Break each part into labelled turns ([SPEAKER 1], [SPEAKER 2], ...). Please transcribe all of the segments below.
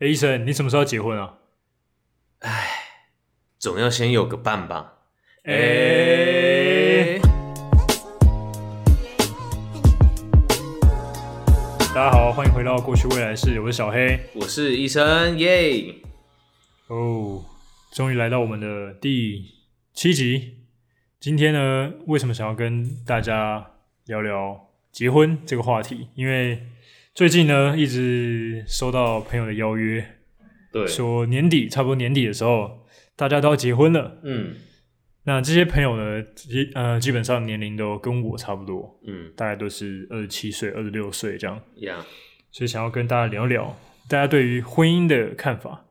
[SPEAKER 1] 哎，医生，你什么时候要结婚啊？
[SPEAKER 2] 总要先有个伴吧。
[SPEAKER 1] 哎、
[SPEAKER 2] 哎
[SPEAKER 1] 大家好，欢迎回到过去未来式，我是小黑。
[SPEAKER 2] 我是医生，耶！
[SPEAKER 1] 哦，终于来到我们的第七集。今天呢，为什么想要跟大家聊聊结婚这个话题？因为最近呢，一直收到朋友的邀约，
[SPEAKER 2] 对
[SPEAKER 1] 说年底差不多年底的时候，大家都要结婚了。
[SPEAKER 2] 嗯
[SPEAKER 1] 那这些朋友呢，基呃基本上年龄都跟我差不多，
[SPEAKER 2] 嗯
[SPEAKER 1] 大概都是二十七岁、二十六岁这样，
[SPEAKER 2] 呀，
[SPEAKER 1] 所以想要跟大家聊聊大家对于婚姻的看法。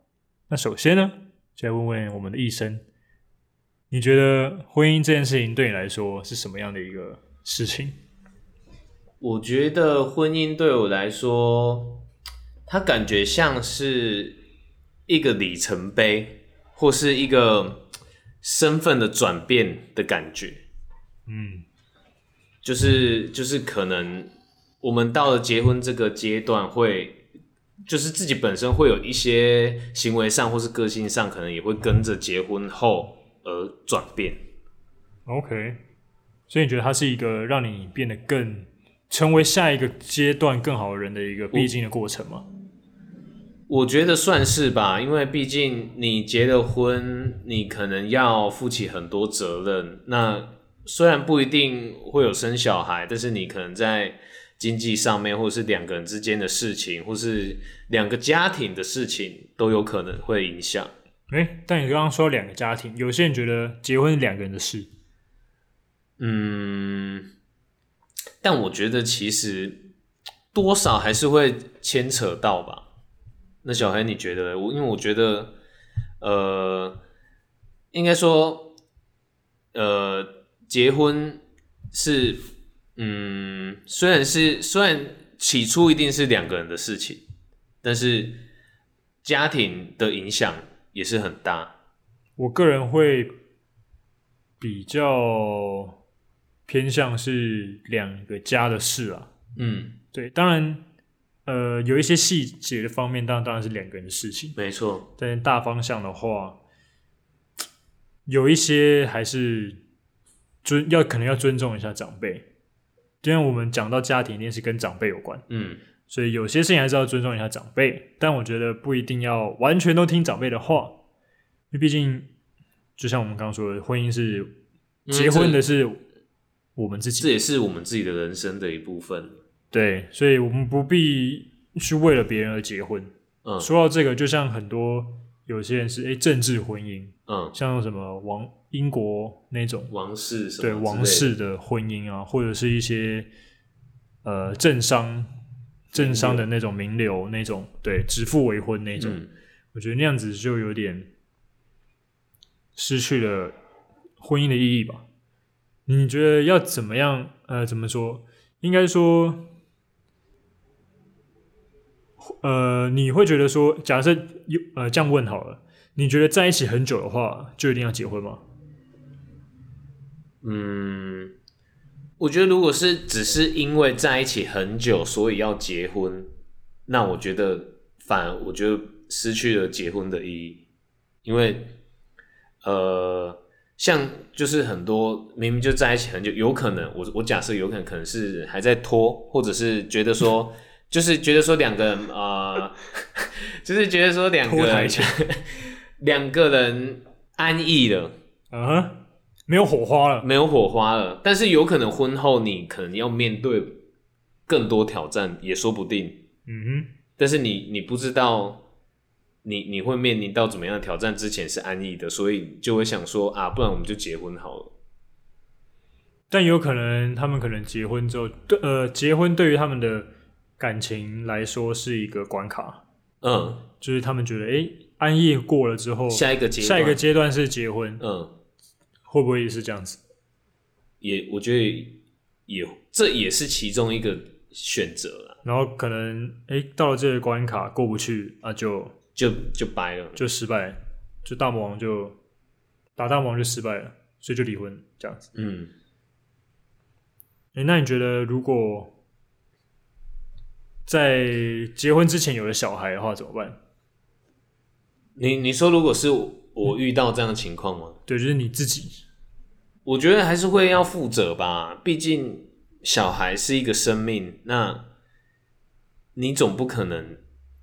[SPEAKER 1] 那首先呢，就来问问我们的医生，你觉得婚姻这件事情对你来说是什么样的一个事情？
[SPEAKER 2] 我觉得婚姻对我来说，它感觉像是一个里程碑，或是一个身份的转变的感觉。
[SPEAKER 1] 嗯，
[SPEAKER 2] 就是就是可能我们到了结婚这个阶段会。就是自己本身会有一些行为上或是个性上，可能也会跟着结婚后而转变。
[SPEAKER 1] OK，所以你觉得它是一个让你变得更成为下一个阶段更好的人的一个必经的过程吗？
[SPEAKER 2] 我觉得算是吧，因为毕竟你结了婚，你可能要负起很多责任。那虽然不一定会有生小孩，但是你可能在经济上面，或是两个人之间的事情，或是两个家庭的事情，都有可能会影响。
[SPEAKER 1] 诶、但你刚刚说两个家庭，有些人觉得结婚是两个人的事，
[SPEAKER 2] 嗯，但我觉得其实多少还是会牵扯到吧。那小黑，你觉得？我因为我觉得，呃，应该说，呃，结婚是，嗯，虽然是虽然起初一定是两个人的事情，但是家庭的影响也是很大。
[SPEAKER 1] 我个人会比较偏向是两个家的事啊。
[SPEAKER 2] 嗯，
[SPEAKER 1] 对，当然，呃，有一些细节的方面，当然当然是两个人的事情。
[SPEAKER 2] 没错，
[SPEAKER 1] 但是大方向的话，有一些还是尊要可能要尊重一下长辈。今天我们讲到家庭，一定是跟长辈有关，
[SPEAKER 2] 嗯，
[SPEAKER 1] 所以有些事情还是要尊重一下长辈。但我觉得不一定要完全都听长辈的话，因为毕竟就像我们刚刚说的，婚姻是
[SPEAKER 2] 嗯
[SPEAKER 1] 结婚
[SPEAKER 2] 这
[SPEAKER 1] 的是我们自己
[SPEAKER 2] 这也是我们自己的人生的一部分。
[SPEAKER 1] 对，所以我们不必去为了别人而结婚。
[SPEAKER 2] 嗯
[SPEAKER 1] 说到这个，就像很多有些人是诶、政治婚姻，
[SPEAKER 2] 嗯，
[SPEAKER 1] 像什么王英国那种
[SPEAKER 2] 王室
[SPEAKER 1] 对
[SPEAKER 2] 什么之类的
[SPEAKER 1] 王室的婚姻啊，或者是一些呃政商政商的那种名流那种，对指腹为婚那种，
[SPEAKER 2] 嗯
[SPEAKER 1] 我觉得那样子就有点失去了婚姻的意义吧。你觉得要怎么样？呃，怎么说？应该说，呃，你会觉得说，假设有呃这样问好了，你觉得在一起很久的话，就一定要结婚吗？
[SPEAKER 2] 嗯，我觉得如果是只是因为在一起很久，所以要结婚，那我觉得反而我觉得失去了结婚的意义，因为呃，像就是很多明明就在一起很久，有可能我我假设有可能可能是还在拖，或者是觉得说。就是觉得说两个人呃， 就是觉得说两个
[SPEAKER 1] 拖台
[SPEAKER 2] 人
[SPEAKER 1] 前
[SPEAKER 2] 两个人安逸了，
[SPEAKER 1] 啊哈、没有火花了。
[SPEAKER 2] 没有火花了，但是有可能婚后你可能要面对更多挑战，也说不定。
[SPEAKER 1] 嗯
[SPEAKER 2] 但是你你不知道你你会面临到怎么样的挑战，之前是安逸的，所以就会想说啊，不然我们就结婚好了。
[SPEAKER 1] 哼，但有可能他们可能结婚之后，对呃，结婚对于他们的感情来说是一个关卡，
[SPEAKER 2] 嗯，
[SPEAKER 1] 就是他们觉得，诶，安逸过了之后，
[SPEAKER 2] 下一个阶段，
[SPEAKER 1] 嗯下一个阶段是结婚，
[SPEAKER 2] 嗯，
[SPEAKER 1] 会不会也是这样子？
[SPEAKER 2] 也我觉得也这也是其中一个选择了，
[SPEAKER 1] 然后可能，诶，到了这个关卡过不去，啊就
[SPEAKER 2] 就就掰了。
[SPEAKER 1] 就失败了，就大魔王就打大魔王就失败了，所以就离婚这样子。
[SPEAKER 2] 嗯，
[SPEAKER 1] 诶，那你觉得如果在结婚之前有了小孩的话怎么办？
[SPEAKER 2] 你你说，如果是我遇到这样的情况吗？
[SPEAKER 1] 对，就是你自己，
[SPEAKER 2] 我觉得还是会要负责吧，毕竟小孩是一个生命，那你总不可能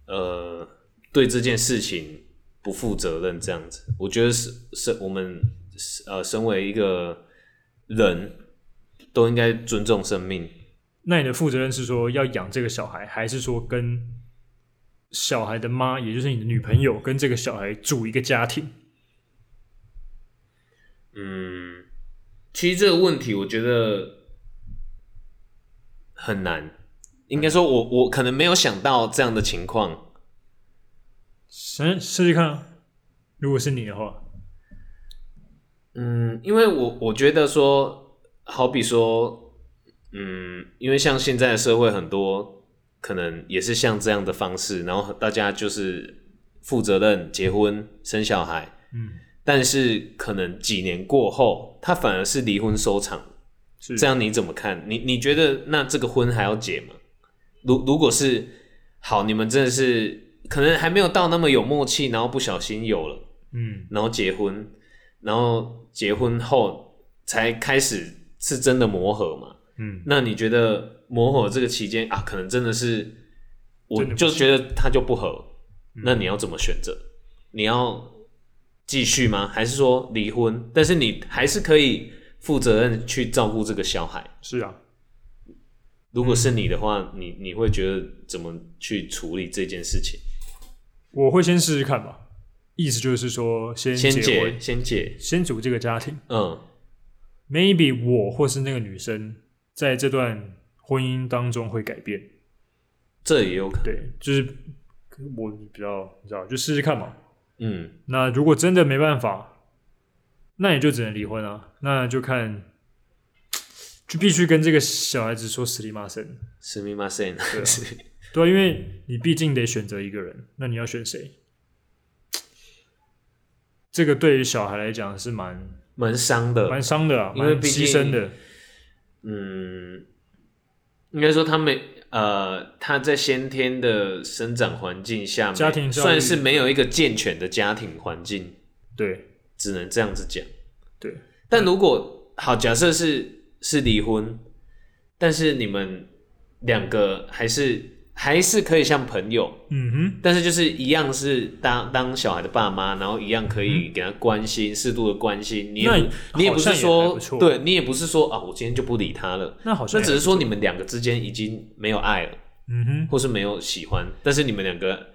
[SPEAKER 2] 呃对这件事情不负责任这样子。我觉得是是我们呃身为一个人都应该尊重生命。
[SPEAKER 1] 那你的负责任是说要养这个小孩，还是说跟小孩的妈，也就是你的女朋友，跟这个小孩组一个家庭？
[SPEAKER 2] 嗯，其实这个问题我觉得很难。应该说我，我可能没有想到这样的情况。
[SPEAKER 1] 试试试看啊，如果是你的话，
[SPEAKER 2] 嗯，因为我我觉得说，好比说，嗯，因为像现在的社会很多可能也是像这样的方式，然后大家就是负责任、结婚、生小孩，
[SPEAKER 1] 嗯，
[SPEAKER 2] 但是可能几年过后，他反而是离婚收场。
[SPEAKER 1] 是
[SPEAKER 2] 这样你怎么看？你你觉得那这个婚还要结吗？如如果是好，你们真的是可能还没有到那么有默契，然后不小心有了，
[SPEAKER 1] 嗯，
[SPEAKER 2] 然后结婚，然后结婚后才开始是真的磨合嘛？
[SPEAKER 1] 嗯，
[SPEAKER 2] 那你觉得磨合这个期间啊，可能真的是我
[SPEAKER 1] 真的不嗯
[SPEAKER 2] 就觉得他就不合，那你要怎么选择？你要继续吗？还是说离婚？但是你还是可以负责任去照顾这个小孩。
[SPEAKER 1] 是啊，
[SPEAKER 2] 如果是你的话，你你会觉得怎么去处理这件事情？
[SPEAKER 1] 我会先试试看吧。意思就是说，先
[SPEAKER 2] 先
[SPEAKER 1] 结婚，
[SPEAKER 2] 解，先解，
[SPEAKER 1] 先组这个家庭。
[SPEAKER 2] 嗯
[SPEAKER 1] Maybe 我或是那个女生在这段婚姻当中会改变。
[SPEAKER 2] 这也有可能，
[SPEAKER 1] 对，就是我比较你知道，就试试看嘛。
[SPEAKER 2] 嗯，
[SPEAKER 1] 那如果真的没办法，那也就只能离婚啊。那就看，就必须跟这个小孩子说死里骂声。
[SPEAKER 2] 是密码 s
[SPEAKER 1] 啊对啊、因为你毕竟得选择一个人，那你要选谁？这个对于小孩来讲是蛮
[SPEAKER 2] 蛮伤的，
[SPEAKER 1] 蛮伤的、啊，
[SPEAKER 2] 因
[SPEAKER 1] 蛮
[SPEAKER 2] 为毕竟
[SPEAKER 1] 牺牲的。
[SPEAKER 2] 嗯，应该说他们呃，他在先天的生长环境下面，
[SPEAKER 1] 家庭教育
[SPEAKER 2] 算是没有一个健全的家庭环境，
[SPEAKER 1] 对
[SPEAKER 2] 只能这样子讲。
[SPEAKER 1] 对，
[SPEAKER 2] 但如果好，假设是是离婚，但是你们两个还是还是可以像朋友，
[SPEAKER 1] 嗯哼，
[SPEAKER 2] 但是就是一样是当当小孩的爸妈，然后一样可以给他关心，适度的关心。你也
[SPEAKER 1] 那
[SPEAKER 2] 不你也不是
[SPEAKER 1] 好像也还
[SPEAKER 2] 说
[SPEAKER 1] 不错
[SPEAKER 2] 对你也不是说啊，我今天就不理他了。
[SPEAKER 1] 那好像
[SPEAKER 2] 那
[SPEAKER 1] 也
[SPEAKER 2] 只是说你们两个之间已经没有爱了，
[SPEAKER 1] 嗯哼，
[SPEAKER 2] 或是没有喜欢，但是你们两个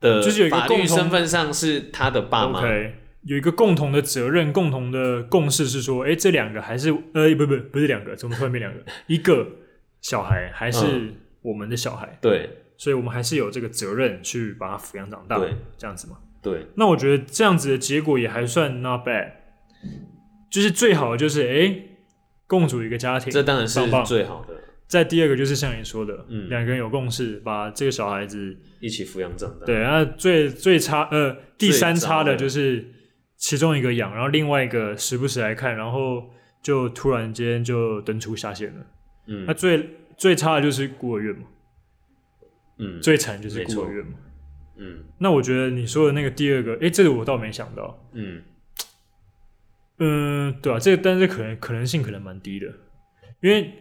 [SPEAKER 2] 的
[SPEAKER 1] 就是有一个
[SPEAKER 2] 法
[SPEAKER 1] 共
[SPEAKER 2] 律
[SPEAKER 1] 同
[SPEAKER 2] 身份上是他的爸妈。
[SPEAKER 1] OK，有一个共同的责任，共同的共识是说，哎，这两个还是呃，不不不是两个，怎么突然变两个？一个小孩还是
[SPEAKER 2] 嗯
[SPEAKER 1] 我们的小孩，
[SPEAKER 2] 对
[SPEAKER 1] 所以我们还是有这个责任去把他抚养长大
[SPEAKER 2] 对，
[SPEAKER 1] 这样子嘛。
[SPEAKER 2] 对，
[SPEAKER 1] 那我觉得这样子的结果也还算 not bad，就是最好的就是哎，诶共组一个家庭，
[SPEAKER 2] 这当然是
[SPEAKER 1] 棒棒
[SPEAKER 2] 最好的，
[SPEAKER 1] 再第二个就是像你说的，
[SPEAKER 2] 嗯
[SPEAKER 1] 两个人有共识，把这个小孩子
[SPEAKER 2] 一起抚养长大。
[SPEAKER 1] 对，那最最差呃第三差
[SPEAKER 2] 最糟
[SPEAKER 1] 的
[SPEAKER 2] 的
[SPEAKER 1] 就是其中一个养，然后另外一个时不时来看，然后就突然间就登出下线了。那
[SPEAKER 2] 嗯
[SPEAKER 1] 最最差的就是孤儿院嘛，
[SPEAKER 2] 嗯
[SPEAKER 1] 最惨就是
[SPEAKER 2] 没错
[SPEAKER 1] 孤儿院嘛。
[SPEAKER 2] 嗯
[SPEAKER 1] 那我觉得你说的那个第二个，诶，这个我倒没想到。
[SPEAKER 2] 嗯，
[SPEAKER 1] 嗯，对啊，这个但是可能可能性可能蛮低的，因为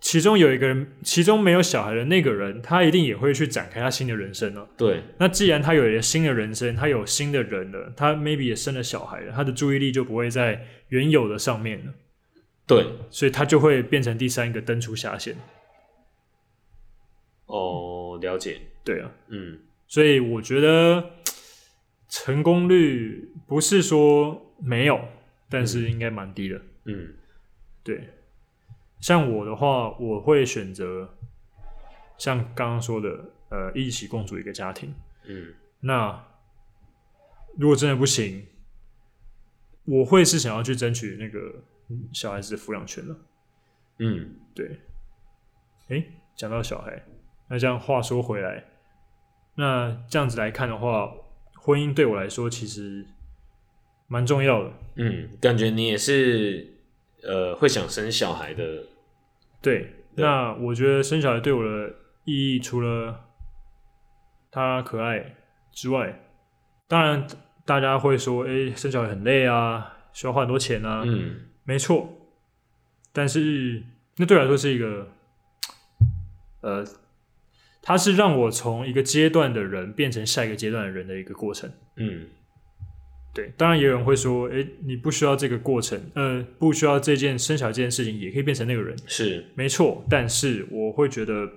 [SPEAKER 1] 其中有一个人，其中没有小孩的那个人，他一定也会去展开他新的人生啊。
[SPEAKER 2] 对
[SPEAKER 1] 那既然他有了新的人生，他有新的人了，他 maybe 也生了小孩了，他的注意力就不会在原有的上面了，
[SPEAKER 2] 对
[SPEAKER 1] 所以他就会变成第三个登出下线。
[SPEAKER 2] 哦，了解，
[SPEAKER 1] 对啊，
[SPEAKER 2] 嗯
[SPEAKER 1] 所以我觉得嘖成功率不是说没有，但是应该蛮低的。
[SPEAKER 2] 嗯
[SPEAKER 1] 对，像我的话，我会选择像刚刚说的，呃，一起共组一个家庭。
[SPEAKER 2] 嗯
[SPEAKER 1] 那如果真的不行，我会是想要去争取那个嗯小孩子的抚养权了。
[SPEAKER 2] 嗯，
[SPEAKER 1] 对，诶，讲到小孩，那这样话说回来，那这样子来看的话，婚姻对我来说其实蛮重要的。
[SPEAKER 2] 嗯，感觉你也是呃会想生小孩的，
[SPEAKER 1] 对，
[SPEAKER 2] 对
[SPEAKER 1] 那我觉得生小孩对我的意义，除了他可爱之外，当然大家会说，哎、生小孩很累啊，需要花很多钱啊，
[SPEAKER 2] 嗯，
[SPEAKER 1] 没错，但是那对我来说是一个，呃，它是让我从一个阶段的人变成下一个阶段的人的一个过程。
[SPEAKER 2] 嗯，
[SPEAKER 1] 对，当然也有人会说，诶，你不需要这个过程，呃，不需要这件生小孩这件事情，也可以变成那个人。
[SPEAKER 2] 是，
[SPEAKER 1] 没错，但是我会觉得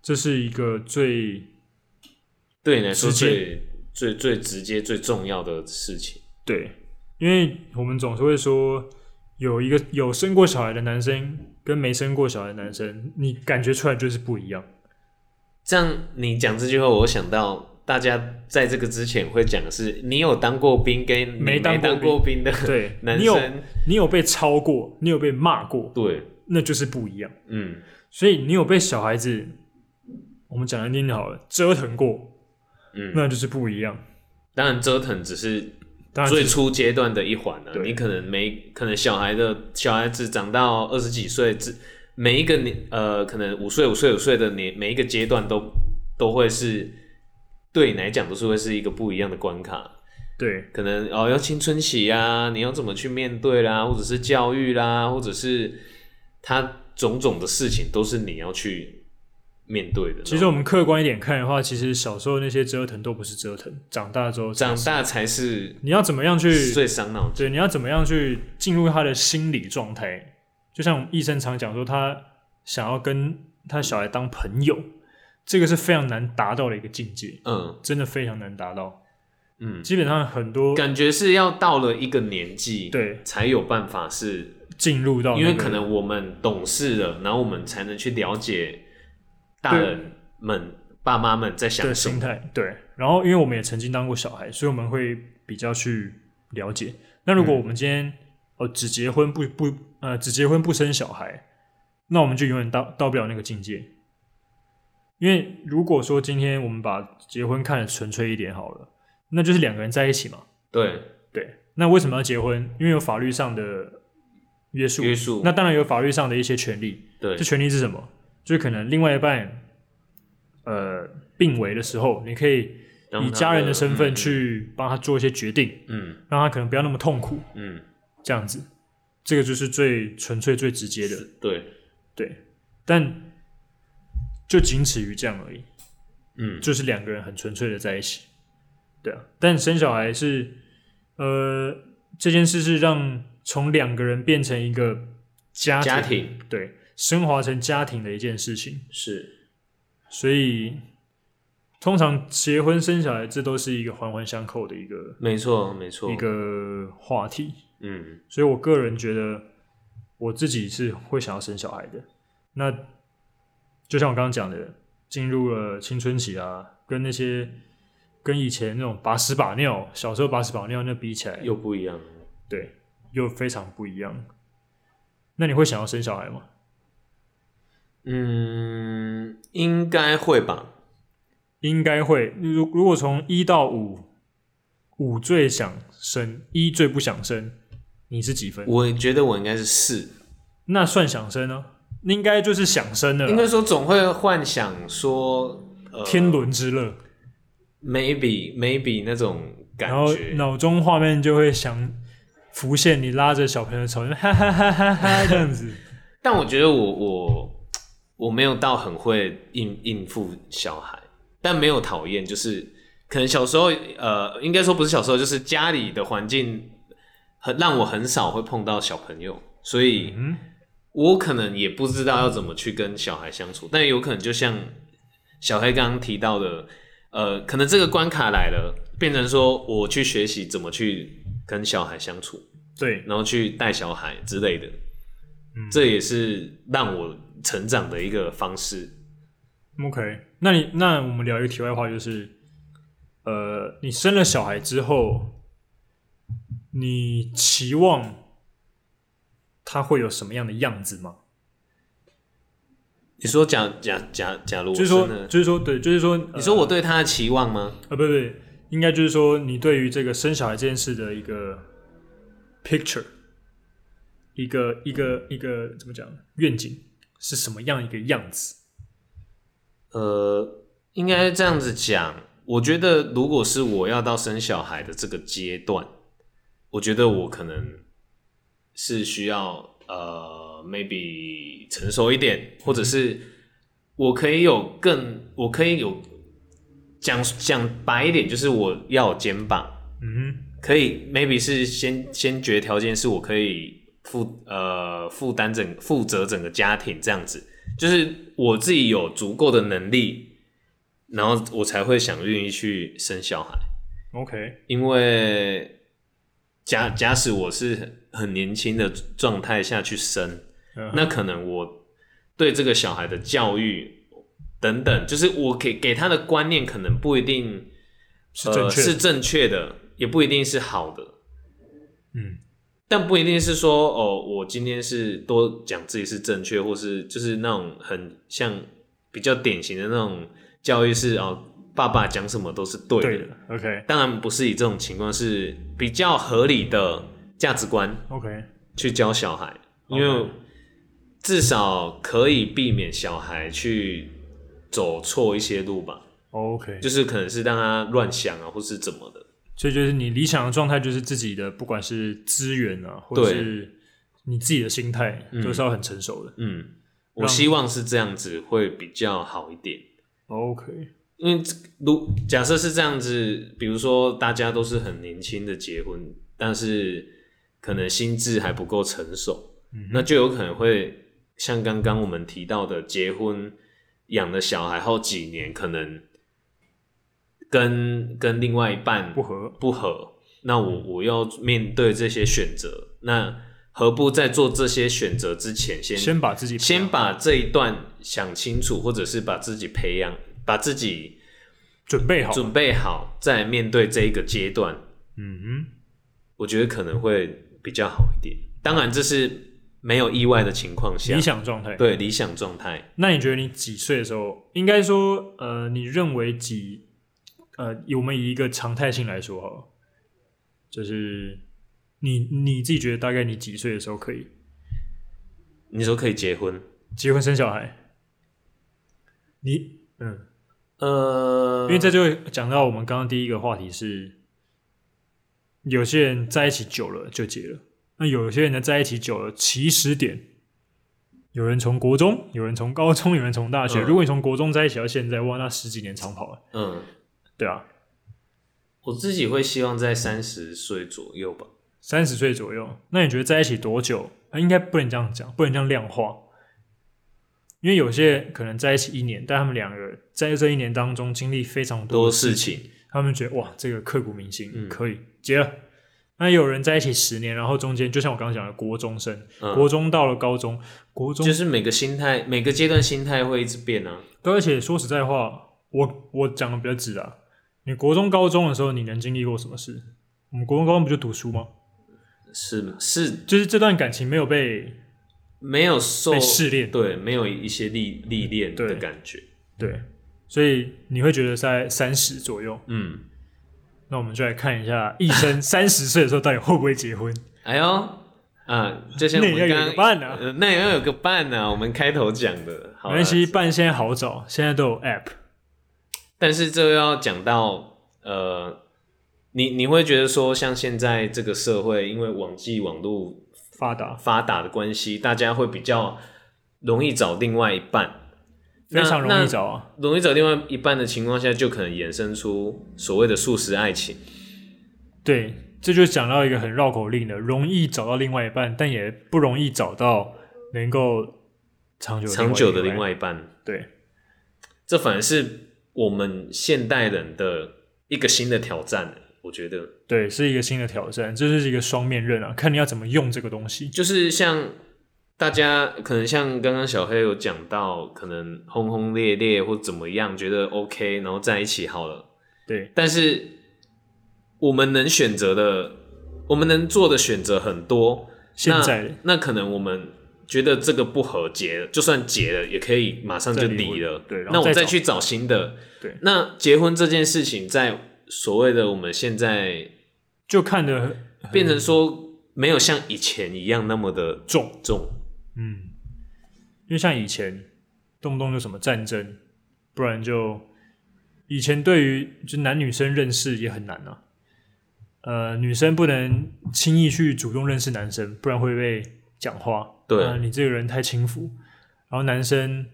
[SPEAKER 1] 这是一个最
[SPEAKER 2] 对你来说
[SPEAKER 1] 直接
[SPEAKER 2] 最最最直接、最重要的事情。
[SPEAKER 1] 对，因为我们总是会说，有一个有生过小孩的男生跟没生过小孩的男生，你感觉出来就是不 一样。
[SPEAKER 2] 这样你讲这句话，我想到大家在这个之前会讲的是，你有当过兵跟你
[SPEAKER 1] 没
[SPEAKER 2] 没
[SPEAKER 1] 当过
[SPEAKER 2] 当过兵的
[SPEAKER 1] 对，
[SPEAKER 2] 男
[SPEAKER 1] 你有
[SPEAKER 2] 生，
[SPEAKER 1] 你有被超过，你有被骂过，
[SPEAKER 2] 对，
[SPEAKER 1] 那就是不一样。
[SPEAKER 2] 嗯，
[SPEAKER 1] 所以你有被小孩子，我们讲难听点好了，折腾过，
[SPEAKER 2] 嗯
[SPEAKER 1] 那就是不一样。
[SPEAKER 2] 当然折腾只是
[SPEAKER 1] 当然
[SPEAKER 2] 最
[SPEAKER 1] 是，
[SPEAKER 2] 初阶段的一环啊，
[SPEAKER 1] 对
[SPEAKER 2] 你可能没可能小孩的小孩子长到二十几岁，这每一个年呃，可能五岁五岁五岁的年每一个阶段都都会是对你来讲都是会是一个不一样的关卡。
[SPEAKER 1] 对
[SPEAKER 2] 可能哦要青春期啊，你要怎么去面对啦，或者是教育啦，或者是他种种的事情都是你要去面对的。
[SPEAKER 1] 其实我们客观一点看的话，其实小时候那些折腾都不是折腾，长大之后才
[SPEAKER 2] 长
[SPEAKER 1] 是
[SPEAKER 2] 大才是
[SPEAKER 1] 你要怎么样去
[SPEAKER 2] 最伤脑筋。
[SPEAKER 1] 对，你要怎么样去进入他的心理状态？就像医生常讲说，他想要跟他小孩当朋友，这个是非常难达到的一个境界，
[SPEAKER 2] 嗯
[SPEAKER 1] 真的非常难达到。
[SPEAKER 2] 嗯，
[SPEAKER 1] 基本上很多
[SPEAKER 2] 感觉是要到了一个年纪，
[SPEAKER 1] 对
[SPEAKER 2] 才有办法是，
[SPEAKER 1] 进入到、那
[SPEAKER 2] 因为
[SPEAKER 1] 个
[SPEAKER 2] 可能我们懂事了，然后我们才能去了解大人们、爸妈们在想
[SPEAKER 1] 的
[SPEAKER 2] 什
[SPEAKER 1] 心
[SPEAKER 2] 么。
[SPEAKER 1] 态对。然后，因为我们也曾经当过小孩，所以我们会比较去了解。那如果
[SPEAKER 2] 嗯
[SPEAKER 1] 我们今天、哦只结婚不不呃只结婚不生小孩，那我们就永远到到不了那个境界。因为如果说今天我们把结婚看得纯粹一点好了，那就是两个人在一起嘛。
[SPEAKER 2] 对，
[SPEAKER 1] 对，那为什么要结婚？因为有法律上的约束，
[SPEAKER 2] 约束
[SPEAKER 1] 那当然有法律上的一些权利。
[SPEAKER 2] 对
[SPEAKER 1] 这，权利是什么？就是可能另外一半，呃，病危的时候，你可以
[SPEAKER 2] 让
[SPEAKER 1] 以
[SPEAKER 2] 他
[SPEAKER 1] 家人的身份
[SPEAKER 2] 嗯
[SPEAKER 1] 去帮他做一些决定，
[SPEAKER 2] 嗯
[SPEAKER 1] 让他可能不要那么痛苦，
[SPEAKER 2] 嗯，
[SPEAKER 1] 这样子，这个就是最纯粹、最直接的，
[SPEAKER 2] 对，
[SPEAKER 1] 对。但就仅此于这样而已，
[SPEAKER 2] 嗯
[SPEAKER 1] 就是两个人很纯粹的在一起，对啊。但生小孩是，呃，这件事是让从两个人变成一个家
[SPEAKER 2] 家庭
[SPEAKER 1] 对，升华成家庭的一件事情。
[SPEAKER 2] 是
[SPEAKER 1] 所以通常结婚生小孩，这都是一个环环相扣的一个
[SPEAKER 2] 没错没错
[SPEAKER 1] 一，个话题。
[SPEAKER 2] 嗯
[SPEAKER 1] 所以我个人觉得，我自己是会想要生小孩的。那就像我刚刚讲的，进入了青春期啊，跟那些跟以前那种把屎把尿，小时候把屎把尿那比起来，
[SPEAKER 2] 又不一样。
[SPEAKER 1] 对又非常不一样。那你会想要生小孩吗？
[SPEAKER 2] 嗯，应该会吧。
[SPEAKER 1] 应该会。如如果从一到五，五最想生，一最不想生，你是几分？
[SPEAKER 2] 我觉得我应该是四，
[SPEAKER 1] 那算想生呢、那应该就是想生的
[SPEAKER 2] 应该说总会幻想说，呃
[SPEAKER 1] 天伦之乐，
[SPEAKER 2] ，maybe maybe 那种感
[SPEAKER 1] 然后
[SPEAKER 2] 觉，
[SPEAKER 1] 脑中画面就会想浮现你拉着小朋友的手，哈哈哈哈哈这样 子。
[SPEAKER 2] 但我觉得我我我没有到很会应应付小孩，但没有讨厌，就是可能小时候呃，应该说不是小时候，就是家里的环境很让我很少会碰到小朋友，所以
[SPEAKER 1] 嗯
[SPEAKER 2] 我可能也不知道要怎么去跟小孩相处，但有可能就像小黑刚刚提到的，呃，可能这个关卡来了，变成说我去学习怎么去跟小孩相处。
[SPEAKER 1] 对，
[SPEAKER 2] 然后去带小孩之类的，
[SPEAKER 1] 嗯
[SPEAKER 2] 这也是让我成长的一个方式。
[SPEAKER 1] 嗯 OK，那你那我们聊一个题外话，就是，呃，你生了小孩之后，你期望他会有什么样的样子吗？
[SPEAKER 2] 你说假假假假如我
[SPEAKER 1] 就是说
[SPEAKER 2] 真，的，
[SPEAKER 1] 就是说，对，就是说，
[SPEAKER 2] 你说我对他的期望吗？
[SPEAKER 1] 呃，不不，应该就是说，你对于这个生小孩这件事的一个 picture，一个一个一个怎么讲愿景是什么样一个样子？
[SPEAKER 2] 呃，应该这样子讲，我觉得如果是我要到生小孩的这个阶段，我觉得我可能是需要呃，maybe 成熟一点，或者是我可以有更，我可以有讲讲白一点，就是我要有肩膀，
[SPEAKER 1] 嗯
[SPEAKER 2] 可以 maybe 是先先决条件是我可以负呃负担整负责整个家庭这样子，就是我自己有足够的能力，然后我才会想愿意去生小孩。
[SPEAKER 1] 哼，OK，
[SPEAKER 2] 因为假假使我是很年轻的状态下去生，
[SPEAKER 1] 嗯
[SPEAKER 2] 那可能我对这个小孩的教育等等，就是我给给他的观念可能不一定
[SPEAKER 1] 是正确
[SPEAKER 2] 呃、
[SPEAKER 1] 的
[SPEAKER 2] 是正确的，也不一定是好的。
[SPEAKER 1] 嗯，
[SPEAKER 2] 但不一定是说哦，我今天是多讲自己是正确，或是就是那种很像比较典型的那种教育是哦，爸爸讲什么都是对的。
[SPEAKER 1] 对的，OK
[SPEAKER 2] 当然不是以这种情况，是比较合理的价值观
[SPEAKER 1] OK，
[SPEAKER 2] 去教小孩，因为
[SPEAKER 1] OK
[SPEAKER 2] 至少可以避免小孩去走错一些路吧，
[SPEAKER 1] OK，
[SPEAKER 2] 就是可能是让他乱想啊，或是怎么的。
[SPEAKER 1] 所以就是你理想的状态，就是自己的不管是资源啊，或者
[SPEAKER 2] 对
[SPEAKER 1] 是你自己的心态，都是要很成熟的。
[SPEAKER 2] 嗯，
[SPEAKER 1] 让
[SPEAKER 2] 我希望是这样子会比较好一点。
[SPEAKER 1] OK，
[SPEAKER 2] 因为这如假设是这样子，比如说大家都是很年轻的结婚，但是可能心智还不够成熟，
[SPEAKER 1] 嗯哼
[SPEAKER 2] 那就有可能会像刚刚我们提到的，结婚养了小孩后几年，可能跟跟另外一半
[SPEAKER 1] 不合嗯
[SPEAKER 2] 不合，那我我要面对这些选择，那何不在做这些选择之前先
[SPEAKER 1] 先把自己
[SPEAKER 2] 先把这一段想清楚，或者是把自己培养，把自己
[SPEAKER 1] 准备好。
[SPEAKER 2] 准备好，再面对这一个阶段，
[SPEAKER 1] 嗯
[SPEAKER 2] 我觉得可能会比较好一点。当然，这是没有意外的情况
[SPEAKER 1] 哼，
[SPEAKER 2] 下，
[SPEAKER 1] 理想状态。，
[SPEAKER 2] 对理想状态，
[SPEAKER 1] 那你觉得你几岁的时候，应该说，呃，你认为几，呃，以我们以一个常态性来说好了，就是你你自己觉得大概你几岁的时候可以
[SPEAKER 2] 你说可以结婚？
[SPEAKER 1] 结婚生小孩？你嗯，
[SPEAKER 2] 呃，
[SPEAKER 1] 因为这就讲到我们刚刚第一个话题是，有些人在一起久了就结了，那有些人呢在一起久了起始点，有人从国中，有人从高中，有人从大学。
[SPEAKER 2] 嗯
[SPEAKER 1] 如果你从国中在一起到现在，哇，那十几年长跑了，
[SPEAKER 2] 嗯，
[SPEAKER 1] 对啊，
[SPEAKER 2] 我自己会希望在三十岁左右吧。
[SPEAKER 1] 三十岁左右。那你觉得在一起多久？呃应该不能这样讲，不能这样量化，因为有些人可能在一起一年，但他们两个在这一年当中经历非常多
[SPEAKER 2] 多
[SPEAKER 1] 的事
[SPEAKER 2] 事
[SPEAKER 1] 情。
[SPEAKER 2] 情，
[SPEAKER 1] 他们觉得哇，这个刻骨铭心，
[SPEAKER 2] 嗯
[SPEAKER 1] 可以结了。那有人在一起十年，然后中间就像我刚刚讲的，国中生，
[SPEAKER 2] 嗯
[SPEAKER 1] 国中到了高中，国中，
[SPEAKER 2] 就是每个心态，每个阶段心态会一直变啊。
[SPEAKER 1] 对而且说实在话，我我讲的比较直啊。你国中、高中的时候，你能经历过什么事？我们国中、高中不就读书吗？
[SPEAKER 2] 是是
[SPEAKER 1] 就是这段感情没有被
[SPEAKER 2] 没有受
[SPEAKER 1] 被试炼，
[SPEAKER 2] 对，没有一些历历练的感觉。
[SPEAKER 1] 对，所以你会觉得在三十左右。
[SPEAKER 2] 嗯，
[SPEAKER 1] 那我们就来看一下，一 生三十岁的时候到底会不会结婚？
[SPEAKER 2] 哎呦，啊，就像我
[SPEAKER 1] 那
[SPEAKER 2] 们
[SPEAKER 1] 也要有
[SPEAKER 2] 刚
[SPEAKER 1] 个伴啊
[SPEAKER 2] 呃那也要有个伴啊呢、我们开头讲的，好啊
[SPEAKER 1] 没关
[SPEAKER 2] 啦
[SPEAKER 1] 系，办现在好找，现在都有 app。
[SPEAKER 2] 但是这又要讲到呃，你你会觉得说，像现在这个社会，因为网际网络
[SPEAKER 1] 发达，
[SPEAKER 2] 发达的关系，大家会比较容易找另外一半，
[SPEAKER 1] 非常容
[SPEAKER 2] 那
[SPEAKER 1] 易找啊。
[SPEAKER 2] 容易找另外一半的情况下，就可能衍生出所谓的素食爱情。
[SPEAKER 1] 对，这就讲到一个很绕口令的，容易找到另外一半，但也不容易找到能够长久的
[SPEAKER 2] 长久的
[SPEAKER 1] 另
[SPEAKER 2] 另
[SPEAKER 1] 外
[SPEAKER 2] 外一半，
[SPEAKER 1] 一半对，
[SPEAKER 2] 这反而是我们现代人的一个新的挑战。我觉得，
[SPEAKER 1] 对，是一个新的挑战，这就是一个双面刃啊，看你要怎么用这个东西。
[SPEAKER 2] 就是像大家可能像刚刚小黑有讲到，可能轰轰烈烈或怎么样，觉得 OK，然后在一起好了。
[SPEAKER 1] 对，
[SPEAKER 2] 但是我们能选择的，我们能做的选择很多。
[SPEAKER 1] 现在
[SPEAKER 2] 那那可能我们觉得这个不和结了，就算结了，也可以马上就
[SPEAKER 1] 再离婚
[SPEAKER 2] 离了。
[SPEAKER 1] 对然后
[SPEAKER 2] 那我
[SPEAKER 1] 再
[SPEAKER 2] 再
[SPEAKER 1] 找
[SPEAKER 2] 去找新的。
[SPEAKER 1] 对
[SPEAKER 2] 那结婚这件事情，在所谓的我们现在
[SPEAKER 1] 就看的
[SPEAKER 2] 变成说，没有像以前一样那么的
[SPEAKER 1] 重，
[SPEAKER 2] 重。
[SPEAKER 1] 嗯，因为像以前动不动就什么战争，不然就以前对于就男女生认识也很难啊。呃，女生不能轻易去主动认识男生，不然会被讲话。
[SPEAKER 2] 对
[SPEAKER 1] 呃你这个人太轻浮。然后男生，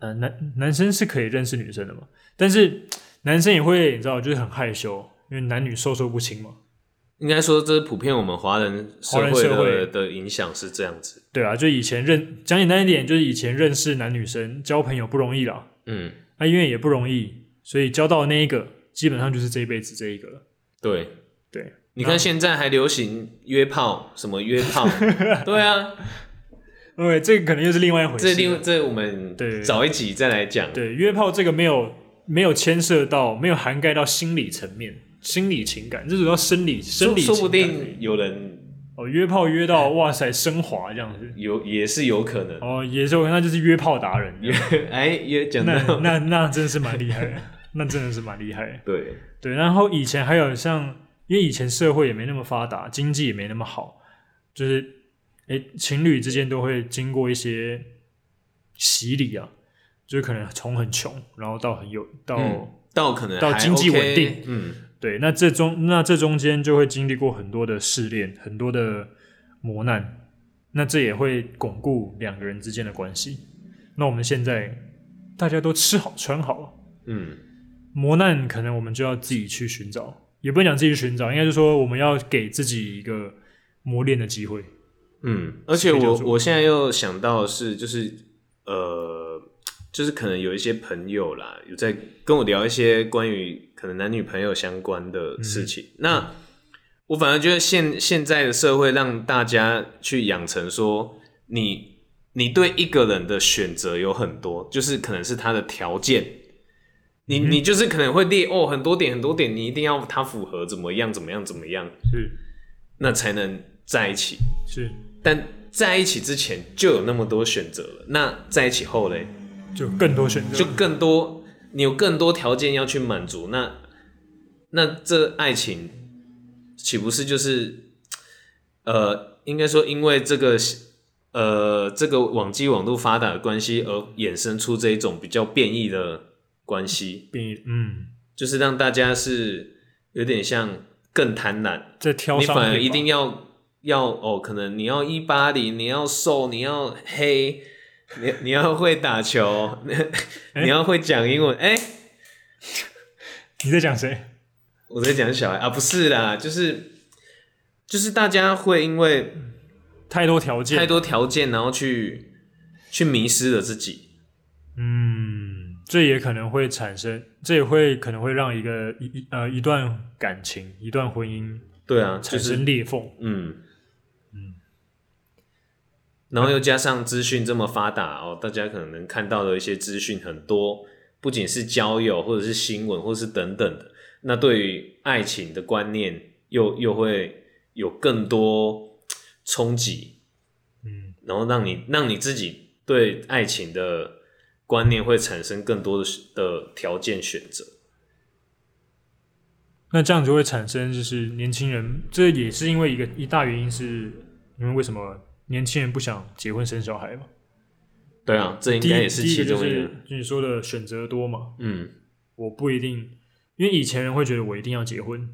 [SPEAKER 1] 呃，男男生是可以认识女生的嘛，但是男生也会你知道，就是很害羞，因为男女授受不亲嘛。
[SPEAKER 2] 应该说这是普遍我们华人社
[SPEAKER 1] 华人
[SPEAKER 2] 会
[SPEAKER 1] 社
[SPEAKER 2] 的
[SPEAKER 1] 会
[SPEAKER 2] 的影响是这样子。
[SPEAKER 1] 对啊，就以前认讲简单一点，就是以前认识男女生交朋友不容易啦，
[SPEAKER 2] 嗯，
[SPEAKER 1] 那、因为也不容易，所以交到那一个基本上就是这一辈子这一个了。
[SPEAKER 2] 对。
[SPEAKER 1] 对，
[SPEAKER 2] 你看现在还流行约炮，什么约 炮？对啊，
[SPEAKER 1] 对，这个可能又是另外一回事
[SPEAKER 2] 这
[SPEAKER 1] 了。
[SPEAKER 2] 另这我们
[SPEAKER 1] 对
[SPEAKER 2] 早一集再来讲。
[SPEAKER 1] 对约炮这个没有没有牵涉到，没有涵盖到心理层面、心理情感，这主要生理生
[SPEAKER 2] 说
[SPEAKER 1] 理情感
[SPEAKER 2] 说不定有人
[SPEAKER 1] 哦，约炮约到哇塞升华这样子
[SPEAKER 2] 有也是有可能。
[SPEAKER 1] 哦，也是我看他就是约炮达人，
[SPEAKER 2] 哎， 也讲
[SPEAKER 1] 那
[SPEAKER 2] 到
[SPEAKER 1] 那那真的是蛮厉害的，那真的是蛮厉害的。
[SPEAKER 2] 对，
[SPEAKER 1] 对，然后以前还有像，因为以前社会也没那么发达，经济也没那么好，就是诶情侣之间都会经过一些洗礼啊，就是可能从很穷，然后到很有到、
[SPEAKER 2] 嗯到可能
[SPEAKER 1] 到
[SPEAKER 2] 还
[SPEAKER 1] 经济
[SPEAKER 2] OK，
[SPEAKER 1] 稳定
[SPEAKER 2] 嗯，
[SPEAKER 1] 对，那这中那这中间就会经历过很多的试炼，很多的磨难，那这也会巩固两个人之间的关系。那我们现在大家都吃好穿好，
[SPEAKER 2] 嗯，
[SPEAKER 1] 磨难可能我们就要自己去寻找，也不能讲自己去寻找，应该是说我们要给自己一个磨练的机会。
[SPEAKER 2] 嗯，而且
[SPEAKER 1] 可以这
[SPEAKER 2] 我
[SPEAKER 1] 样说
[SPEAKER 2] 我现在又想到的是，就是呃，就是可能有一些朋友啦，有在跟我聊一些关于可能男女朋友相关的事情。那我反而觉得现现在的社会让大家去养成说，你你对一个人的选择有很多，就是可能是他的条件。你你就是可能会列哦很多点很多点，你一定要他符合怎么样怎么样怎么样，
[SPEAKER 1] 是
[SPEAKER 2] 那才能在一起。
[SPEAKER 1] 是，
[SPEAKER 2] 但在一起之前就有那么多选择了，那在一起后嘞，
[SPEAKER 1] 就更多选择，
[SPEAKER 2] 就更多，你有更多条件要去满足，那那这爱情岂不是就是，呃，应该说因为这个呃这个网际网络发达的关系而衍生出这一种比较变异的关系，
[SPEAKER 1] 变异嗯，
[SPEAKER 2] 就是让大家是有点像更贪婪，
[SPEAKER 1] 再挑
[SPEAKER 2] 你
[SPEAKER 1] 上
[SPEAKER 2] 反而
[SPEAKER 1] 点
[SPEAKER 2] 一
[SPEAKER 1] 吧
[SPEAKER 2] 定要要哦，可能你要一八零，你要瘦，你要黑，你你要会 打球，你要会讲英文。哎、
[SPEAKER 1] 你在讲谁？
[SPEAKER 2] 我在讲小孩啊，不是啦，就是就是大家会因为
[SPEAKER 1] 太多条
[SPEAKER 2] 太
[SPEAKER 1] 件，
[SPEAKER 2] 多条件，然后去去迷失了自己。
[SPEAKER 1] 嗯，这也可能会产生，这也会可能会让一个一一呃一段感情、一段婚姻
[SPEAKER 2] 对啊，就
[SPEAKER 1] 产
[SPEAKER 2] 是
[SPEAKER 1] 生裂缝。
[SPEAKER 2] 嗯。然后又加上资讯这么发达哦，大家可能看到的一些资讯很多，不仅是交友，或者是新闻，或者是等等的。那对于爱情的观念又又会有更多冲击，
[SPEAKER 1] 嗯，
[SPEAKER 2] 然后让你让你自己对爱情的观念会产生更多的的条件选择。
[SPEAKER 1] 那这样就会产生就是年轻人，这也是因为一个一大原因是因为为什么年轻人不想结婚生小孩嘛？
[SPEAKER 2] 对啊，这应
[SPEAKER 1] 第一
[SPEAKER 2] 该也是
[SPEAKER 1] 第一
[SPEAKER 2] 其
[SPEAKER 1] 个就
[SPEAKER 2] 中一个。
[SPEAKER 1] 是就你说的选择多嘛，
[SPEAKER 2] 嗯，
[SPEAKER 1] 我不一定，因为以前人会觉得我一定要结婚，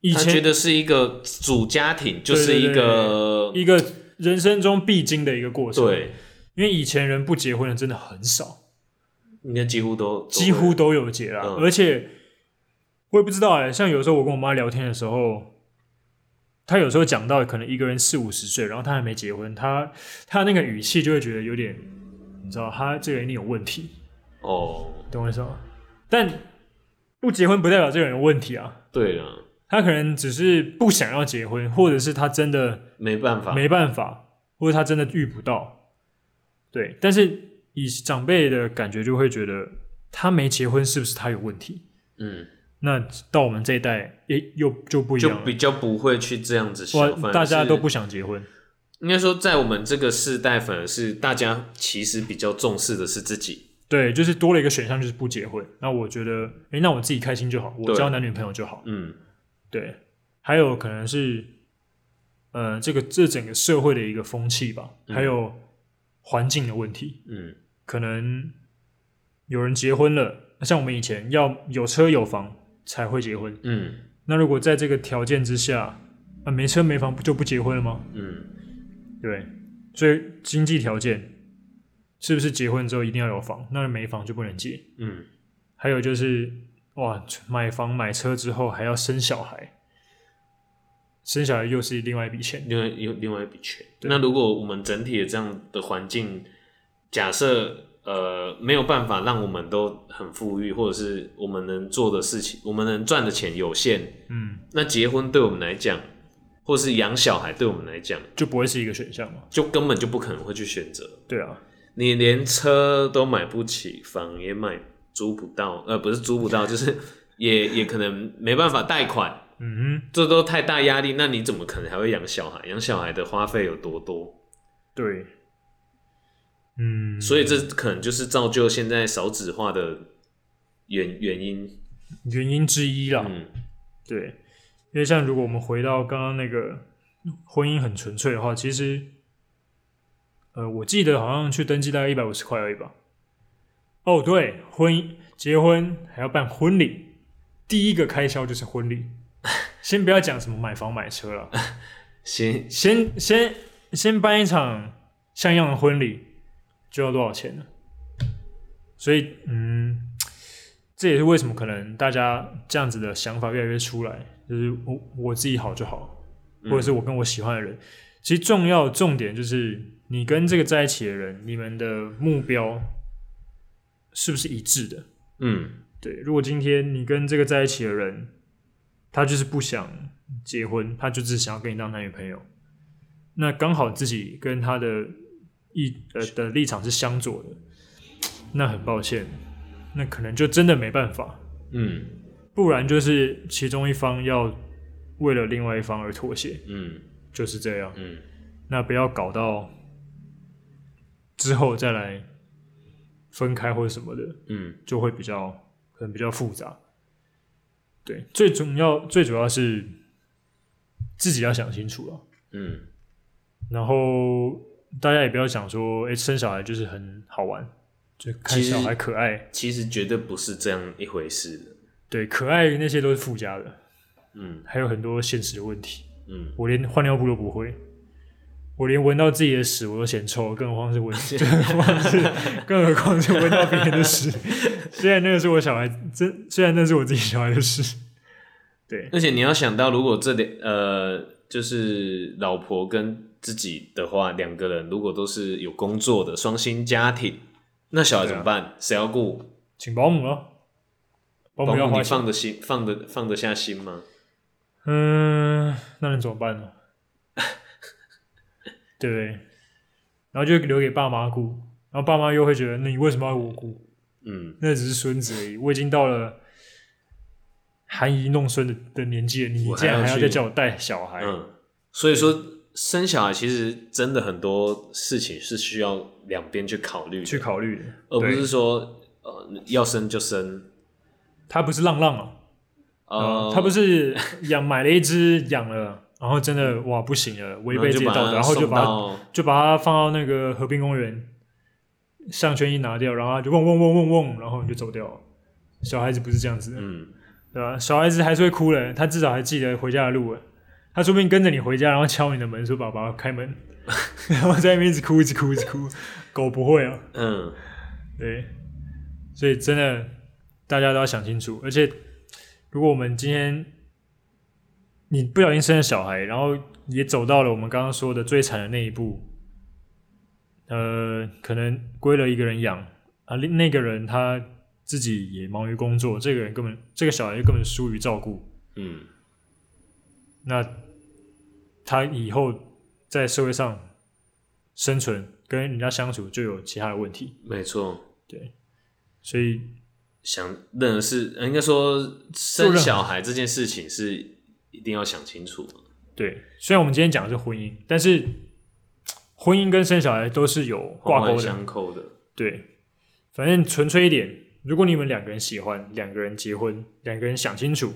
[SPEAKER 1] 以
[SPEAKER 2] 他觉
[SPEAKER 1] 前
[SPEAKER 2] 得是一个主家庭，就是一
[SPEAKER 1] 对对
[SPEAKER 2] 个
[SPEAKER 1] 一个人生中必经的一个过程，，
[SPEAKER 2] 对，
[SPEAKER 1] 因为以前人不结婚的真的很少，
[SPEAKER 2] 应该几乎都都
[SPEAKER 1] 几乎都有结啦，
[SPEAKER 2] 嗯
[SPEAKER 1] 而且我也不知道哎、像有时候我跟我妈聊天的时候。她有时候讲到可能一个人四五十岁，然后她还没结婚，她她那个语气就会觉得有点，你知道，她这个人一定有问题，
[SPEAKER 2] 哦，
[SPEAKER 1] 懂我意思吗？但不结婚不代表这个人有问题啊，
[SPEAKER 2] 对了，
[SPEAKER 1] 他可能只是不想要结婚，或者是他真的
[SPEAKER 2] 没办法，
[SPEAKER 1] 没办法，或者他真的遇不到。对，但是以长辈的感觉就会觉得他没结婚是不是他有问题？
[SPEAKER 2] 嗯，
[SPEAKER 1] 那到我们这一代也又就不一
[SPEAKER 2] 就
[SPEAKER 1] 样了
[SPEAKER 2] 比，较不会去这样子想，
[SPEAKER 1] 哇，
[SPEAKER 2] 反
[SPEAKER 1] 大
[SPEAKER 2] 而
[SPEAKER 1] 家
[SPEAKER 2] 是
[SPEAKER 1] 都不想结婚，
[SPEAKER 2] 应该说，在我们这个世代，反而是大家其实比较重视的是自己，
[SPEAKER 1] 对，就是多了一个选项就是不结婚。那我觉得，诶，那我自己开心就好，我
[SPEAKER 2] 对
[SPEAKER 1] 交男女朋友就好。
[SPEAKER 2] 嗯，
[SPEAKER 1] 对，还有可能是，呃，这个这整个社会的一个风气吧，还有环境的问题。
[SPEAKER 2] 嗯，
[SPEAKER 1] 可能有人结婚了，像我们以前要有车有房才会结婚，
[SPEAKER 2] 嗯
[SPEAKER 1] 那如果在这个条件之下，啊没车没房不就不结婚了吗？
[SPEAKER 2] 嗯，
[SPEAKER 1] 对，所以经济条件是不是结婚之后一定要有房？那没房就不能结。
[SPEAKER 2] 嗯，
[SPEAKER 1] 还有就是哇，买房买车之后还要生小孩，生小孩又是另外一笔钱。
[SPEAKER 2] 另外有另外一笔钱。
[SPEAKER 1] 对
[SPEAKER 2] 那如果我们整体的这样的环境，假设呃没有办法让我们都很富裕，或者是我们能做的事情，我们能赚的钱有限，
[SPEAKER 1] 嗯，
[SPEAKER 2] 那结婚对我们来讲，或是养小孩对我们来讲，
[SPEAKER 1] 就不会是一个选项嘛？
[SPEAKER 2] 就根本就不可能会去选择。
[SPEAKER 1] 对啊，
[SPEAKER 2] 你连车都买不起，房也买租不到，呃，不是租不到，就是也也可能没办法贷款。
[SPEAKER 1] 嗯哼，
[SPEAKER 2] 这都太大压力，那你怎么可能还会养小孩？养小孩的花费有多多？
[SPEAKER 1] 对，嗯，
[SPEAKER 2] 所以这可能就是造就现在少子化的原原因。
[SPEAKER 1] 原因之一啦。
[SPEAKER 2] 嗯
[SPEAKER 1] 对，因为像如果我们回到刚刚那个婚姻很纯粹的话，其实，呃，我记得好像去登记大概一百五十块而已吧。哦，对，婚姻结婚还要办婚礼，第一个开销就是婚礼。 先不要讲什么买房买车了，
[SPEAKER 2] 先
[SPEAKER 1] 先先先办一场像样的婚礼就要多少钱呢？所以，嗯，这也是为什么可能大家这样子的想法越来越出来，就是我我自己好就好，或者是我跟我喜欢的人。其实重要重点就是你跟这个在一起的人，你们的目标是不是一致的？
[SPEAKER 2] 嗯
[SPEAKER 1] 对，如果今天你跟这个在一起的人，他就是不想结婚，他就只想要跟你当男女朋友，那刚好自己跟他的意呃的立场是相左的，那很抱歉，那可能就真的没办法，
[SPEAKER 2] 嗯
[SPEAKER 1] 不然就是其中一方要为了另外一方而妥协，
[SPEAKER 2] 嗯
[SPEAKER 1] 就是这样。
[SPEAKER 2] 嗯
[SPEAKER 1] 那不要搞到之后再来分开或者什么的，
[SPEAKER 2] 嗯
[SPEAKER 1] 就会比较可能比较复杂。对，最重要最主要是自己要想清楚了，
[SPEAKER 2] 嗯
[SPEAKER 1] 然后大家也不要想说，哎、生小孩就是很好玩，就看
[SPEAKER 2] 其实
[SPEAKER 1] 小孩可爱，
[SPEAKER 2] 其实绝对不是这样一回事的。
[SPEAKER 1] 对，可爱那些都是附加的，
[SPEAKER 2] 嗯
[SPEAKER 1] 还有很多现实的问题。
[SPEAKER 2] 嗯，
[SPEAKER 1] 我连换尿布都不会，我连闻到自己的屎我都嫌臭，更何况是闻，更何况是更何况是闻到别人的屎。虽然那个是我小孩，真虽然那是我自己小孩的屎，对，
[SPEAKER 2] 而且你要想到，如果这两呃，就是老婆跟自己的话，两个人如果都是有工作的双薪家庭，那小孩怎么
[SPEAKER 1] 啊
[SPEAKER 2] 办？谁、要顾？
[SPEAKER 1] 请保姆啊，保
[SPEAKER 2] 保
[SPEAKER 1] 姆要
[SPEAKER 2] 姆
[SPEAKER 1] 花
[SPEAKER 2] 你
[SPEAKER 1] 钱，
[SPEAKER 2] 放得心放得放得下心吗？
[SPEAKER 1] 嗯，那能怎么 办呢？对不对？然后就留给爸妈顾，然后爸妈又会觉得，那你为什么要我顾？
[SPEAKER 2] 嗯
[SPEAKER 1] 那只是孙子而已。我已经到了含饴弄孙的的年纪了，你
[SPEAKER 2] 我还
[SPEAKER 1] 竟然
[SPEAKER 2] 要
[SPEAKER 1] 还要
[SPEAKER 2] 去
[SPEAKER 1] 再叫我带小孩？
[SPEAKER 2] 嗯，所以说生小孩其实真的很多事情是需要两边去考虑的，
[SPEAKER 1] 去考虑的，
[SPEAKER 2] 而不
[SPEAKER 1] 对
[SPEAKER 2] 是说呃要生就生，
[SPEAKER 1] 他不是浪浪啊，
[SPEAKER 2] 呃，
[SPEAKER 1] 他不是养买了一只养了，然后真的哇不行了，违背自己的道德，然后就
[SPEAKER 2] 送
[SPEAKER 1] 把它
[SPEAKER 2] 到
[SPEAKER 1] 就把它放到那个河滨公园，项圈一拿掉，然后它就嗡嗡嗡嗡嗡，然后你就走掉了。小孩子不是这样子的，
[SPEAKER 2] 嗯
[SPEAKER 1] 对吧？小孩子还是会哭了，他至少还记得回家的路了。他说不定跟着你回家，然后敲你的门说：“爸爸，开门。” 然后在那边一直哭，一直哭，一直哭。狗不会啊，
[SPEAKER 2] 嗯
[SPEAKER 1] 对。所以真的，大家都要想清楚。而且，如果我们今天你不小心生了小孩，然后也走到了我们刚刚说的最惨的那一步，呃，可能归了一个人养啊，另那个人他自己也忙于工作，这个人根本这个小孩根本疏于照顾，
[SPEAKER 2] 嗯
[SPEAKER 1] 那他以后在社会上生存跟人家相处就有其他的问题，
[SPEAKER 2] 没错。
[SPEAKER 1] 所以
[SPEAKER 2] 想任何事，呃应该说
[SPEAKER 1] 任
[SPEAKER 2] 生
[SPEAKER 1] 何
[SPEAKER 2] 小孩这件事情是一定要想清楚。
[SPEAKER 1] 对，虽然我们今天讲的是婚姻，但是嘖婚姻跟生小孩都是有挂
[SPEAKER 2] 环
[SPEAKER 1] 钩
[SPEAKER 2] 环
[SPEAKER 1] 的，
[SPEAKER 2] 相扣的。
[SPEAKER 1] 对，反正纯粹一点，如果你们两个人喜欢，两个人结婚，两个人想清楚，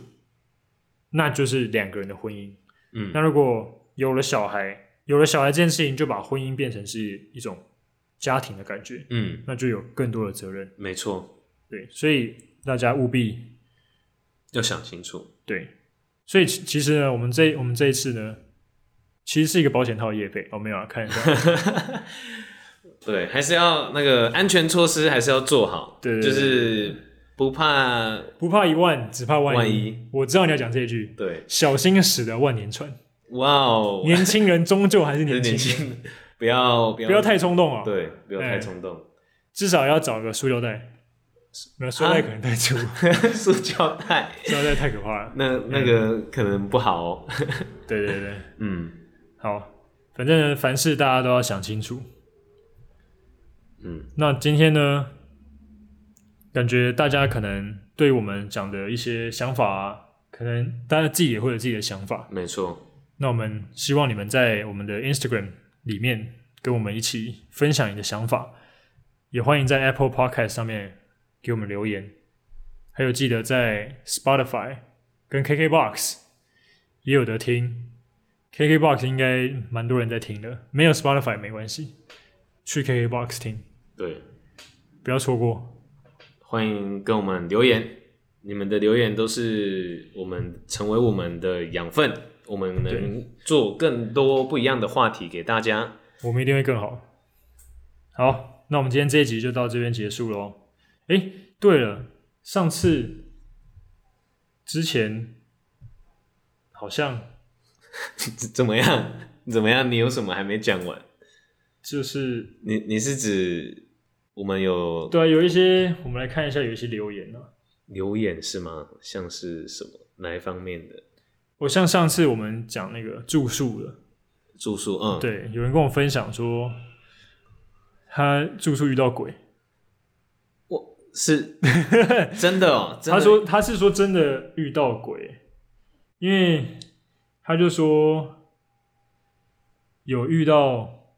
[SPEAKER 1] 那就是两个人的婚姻。
[SPEAKER 2] 嗯
[SPEAKER 1] 那如果有了小孩，有了小孩这件事情，就把婚姻变成是一种家庭的感觉，
[SPEAKER 2] 嗯，
[SPEAKER 1] 那就有更多的责任。
[SPEAKER 2] 没错。
[SPEAKER 1] 对，所以大家务必
[SPEAKER 2] 要想清楚。
[SPEAKER 1] 对。所以其其实呢，我们这我们这一次呢，其实是一个保险套业费哦，没有啊，看一下，
[SPEAKER 2] 对，还是要那个安全措施还是要做好，
[SPEAKER 1] 对对对
[SPEAKER 2] 就是不怕
[SPEAKER 1] 不怕一万，只怕万一。
[SPEAKER 2] 万一。
[SPEAKER 1] 我知道你要讲这一句，
[SPEAKER 2] 对，
[SPEAKER 1] 小心驶得万年船。
[SPEAKER 2] 哇哦，
[SPEAKER 1] 年轻人终究还是
[SPEAKER 2] 这
[SPEAKER 1] 年
[SPEAKER 2] 年
[SPEAKER 1] 轻人，
[SPEAKER 2] 轻，不要不要
[SPEAKER 1] 不要太冲动啊，
[SPEAKER 2] 对，不要
[SPEAKER 1] 哎
[SPEAKER 2] 太冲动。
[SPEAKER 1] 至少要找个塑料袋，没有塑料袋可能太粗，
[SPEAKER 2] 塑胶袋，
[SPEAKER 1] 塑料袋太可怕了。
[SPEAKER 2] 那那个可能不好哦。
[SPEAKER 1] 对对对，
[SPEAKER 2] 嗯
[SPEAKER 1] 好，反正呢凡事大家都要想清楚。
[SPEAKER 2] 嗯，
[SPEAKER 1] 那今天呢，感觉大家可能对我们讲的一些想法、啊，可能大家自己也会有自己的想法。
[SPEAKER 2] 没错，
[SPEAKER 1] 那我们希望你们在我们的 Instagram 里面跟我们一起分享你的想法，也欢迎在 Apple Podcast 上面给我们留言，还有记得在 Spotify 跟 KKBox 也有得听，KKBox 应该蛮多人在听的，没有 Spotify 没关系，去 KKBox 听，
[SPEAKER 2] 对，
[SPEAKER 1] 不要错过。
[SPEAKER 2] 欢迎跟我们留言，你们的留言都是我们成为我们的养分，我们能做更多不一样的话题给大家。
[SPEAKER 1] 我们一定会更好。好，那我们今天这一集就到这边结束喽。诶，对了，上次之前好像
[SPEAKER 2] 怎么样？怎么样？你有什么还没讲完？
[SPEAKER 1] 就是
[SPEAKER 2] 你你是指我们有
[SPEAKER 1] 对啊，有一些我们来看一下，有一些留言啊。
[SPEAKER 2] 留言是吗？像是什么哪一方面的
[SPEAKER 1] 我像上次我们讲那个住宿的，
[SPEAKER 2] 住宿？嗯，，
[SPEAKER 1] 对，有人跟我分享说他住宿遇到鬼，
[SPEAKER 2] 我 是真的哦、真的
[SPEAKER 1] 他说他是说真的遇到鬼，因为他就说有遇到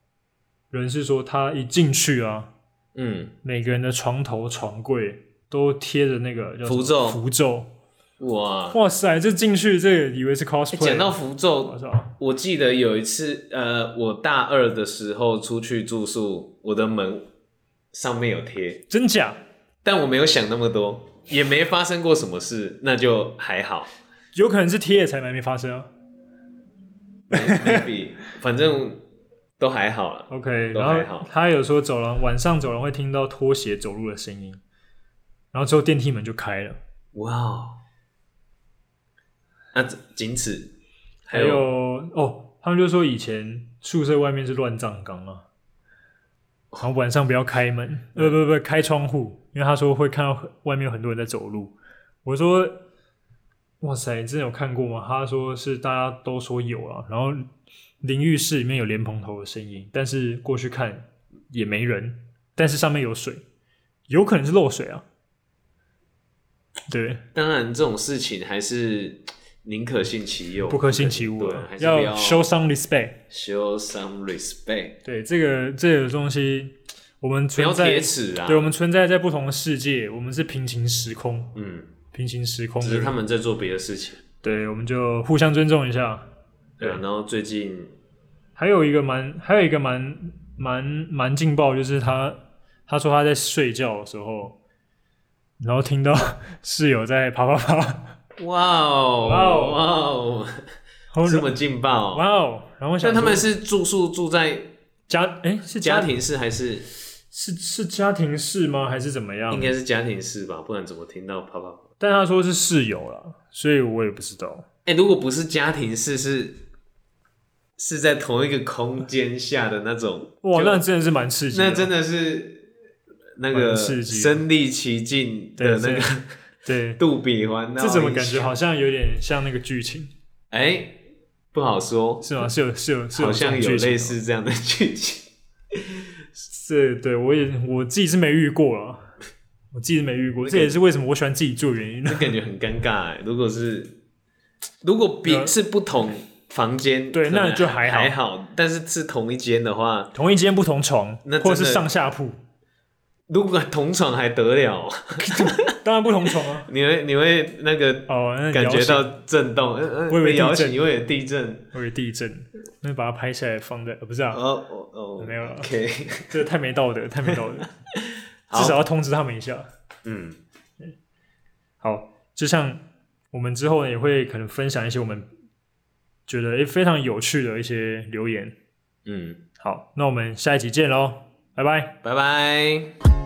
[SPEAKER 1] 人是说他一进去啊，
[SPEAKER 2] 嗯。
[SPEAKER 1] 每个人的床头床柜都贴着那个叫什么
[SPEAKER 2] 符咒
[SPEAKER 1] 符咒。
[SPEAKER 2] 哇！
[SPEAKER 1] 哇塞，这进去这个以为是 cosplay，
[SPEAKER 2] 哎讲到符
[SPEAKER 1] 我
[SPEAKER 2] 咒，
[SPEAKER 1] 操，
[SPEAKER 2] 我记得有一次，呃，我大二的时候出去住宿，我的门上面有贴，
[SPEAKER 1] 真假？
[SPEAKER 2] 但我没有想那么多，也没发生过什么事，那就还好。
[SPEAKER 1] 有可能是贴了才没发生啊。
[SPEAKER 2] maybe 反正都还好了。
[SPEAKER 1] OK，
[SPEAKER 2] 都
[SPEAKER 1] 然
[SPEAKER 2] 还
[SPEAKER 1] 后
[SPEAKER 2] 好
[SPEAKER 1] 他有说走廊晚上走廊会听到拖鞋走路的声音，然后之后电梯门就开了。
[SPEAKER 2] 哇哦！那仅此，
[SPEAKER 1] 还
[SPEAKER 2] 还
[SPEAKER 1] 有
[SPEAKER 2] 有
[SPEAKER 1] 哦，他们就说以前宿舍外面是乱葬岗啊，然后晚上不要开门，呃不不不开窗户，因为他说会看到外面有很多人在走路。我说，哇塞，你真的有看过吗？他说是大家都说有啊，然后淋浴室里面有莲蓬头的声音，但是过去看也没人，但是上面有水，有可能是漏水啊。对，
[SPEAKER 2] 当然这种事情还是宁可信其有，
[SPEAKER 1] 不可信其无
[SPEAKER 2] 对
[SPEAKER 1] 啊，
[SPEAKER 2] 还是不
[SPEAKER 1] 要
[SPEAKER 2] 要
[SPEAKER 1] show some respect。
[SPEAKER 2] show some respect，
[SPEAKER 1] 对，这个这个东西，我们
[SPEAKER 2] 不要
[SPEAKER 1] 存在
[SPEAKER 2] 铁，齿啊
[SPEAKER 1] 对，。我们存在在不同的世界，我们是平行时空，
[SPEAKER 2] 嗯。
[SPEAKER 1] 平行时空
[SPEAKER 2] 只
[SPEAKER 1] 的
[SPEAKER 2] 是
[SPEAKER 1] 人，
[SPEAKER 2] 他们在做别的事情。
[SPEAKER 1] 对，我们就互相尊重一下。
[SPEAKER 2] 对啊，然后最近
[SPEAKER 1] 还有一个蛮，还有一个蛮蛮蛮劲爆，就是他他说他在睡觉的时候，然后听到 室友在啪啪啪，
[SPEAKER 2] 哇哦
[SPEAKER 1] 哇哦
[SPEAKER 2] 哇
[SPEAKER 1] 然后
[SPEAKER 2] 哦，这么劲爆！
[SPEAKER 1] 哇哦，然后我想
[SPEAKER 2] 那他们
[SPEAKER 1] 说
[SPEAKER 2] 是住宿住在
[SPEAKER 1] 家哎是
[SPEAKER 2] 家
[SPEAKER 1] 庭
[SPEAKER 2] 庭式还是
[SPEAKER 1] 是是家庭式吗？还是怎么样
[SPEAKER 2] 应？该是家庭式吧？不然怎么听到啪啪啪？
[SPEAKER 1] 但他说是室友啦，所以我也不知道。
[SPEAKER 2] 哎，如果不是家庭式，是是在同一个空间下的那种，
[SPEAKER 1] 哇，
[SPEAKER 2] 就
[SPEAKER 1] 那真的是蛮刺激的，
[SPEAKER 2] 那真的是那个
[SPEAKER 1] 蛮刺激的
[SPEAKER 2] 身临其境的那
[SPEAKER 1] 对
[SPEAKER 2] 个
[SPEAKER 1] 所以对，
[SPEAKER 2] 杜比环绕一
[SPEAKER 1] 这
[SPEAKER 2] 下，
[SPEAKER 1] 怎么感觉好像有点像那个剧情？
[SPEAKER 2] 哎不好说，
[SPEAKER 1] 是吗？是有是有是有
[SPEAKER 2] 好像
[SPEAKER 1] 这
[SPEAKER 2] 有
[SPEAKER 1] 种剧情哦
[SPEAKER 2] 类
[SPEAKER 1] 吗
[SPEAKER 2] 似这样的剧情。
[SPEAKER 1] 是，对我也我自己是没遇过啊，我自己是没遇过，这也是为什么我喜欢自己住的原因。
[SPEAKER 2] 感觉很尴尬哎、如果是如果比、
[SPEAKER 1] 对啊
[SPEAKER 2] 是不同房间，
[SPEAKER 1] 对
[SPEAKER 2] 可能
[SPEAKER 1] 那就还
[SPEAKER 2] 还
[SPEAKER 1] 好
[SPEAKER 2] 好。但是是同一间的话，
[SPEAKER 1] 同一间不同床
[SPEAKER 2] 那，真的
[SPEAKER 1] 或者是上下铺，
[SPEAKER 2] 如果同床还得了？
[SPEAKER 1] 当然不同床啊。
[SPEAKER 2] 你会你会那个
[SPEAKER 1] 哦，那
[SPEAKER 2] 感
[SPEAKER 1] 摇
[SPEAKER 2] 觉
[SPEAKER 1] 醒
[SPEAKER 2] 到震动，呃呃
[SPEAKER 1] 我以为
[SPEAKER 2] 被摇
[SPEAKER 1] 地震
[SPEAKER 2] 醒，因为有地震。
[SPEAKER 1] 我有地震，那把它拍下来放在，呃不是啊，
[SPEAKER 2] 哦哦哦，
[SPEAKER 1] 没有了
[SPEAKER 2] OK，
[SPEAKER 1] 这太没道德，太没道德，
[SPEAKER 2] 好
[SPEAKER 1] 至少要通知他们一下。
[SPEAKER 2] 嗯，
[SPEAKER 1] 好，就像我们之后呢也会可能分享一些我们觉得诶非常有趣的一些留言。
[SPEAKER 2] 嗯，
[SPEAKER 1] 好，那我们下一集见喽，拜拜。
[SPEAKER 2] 拜拜。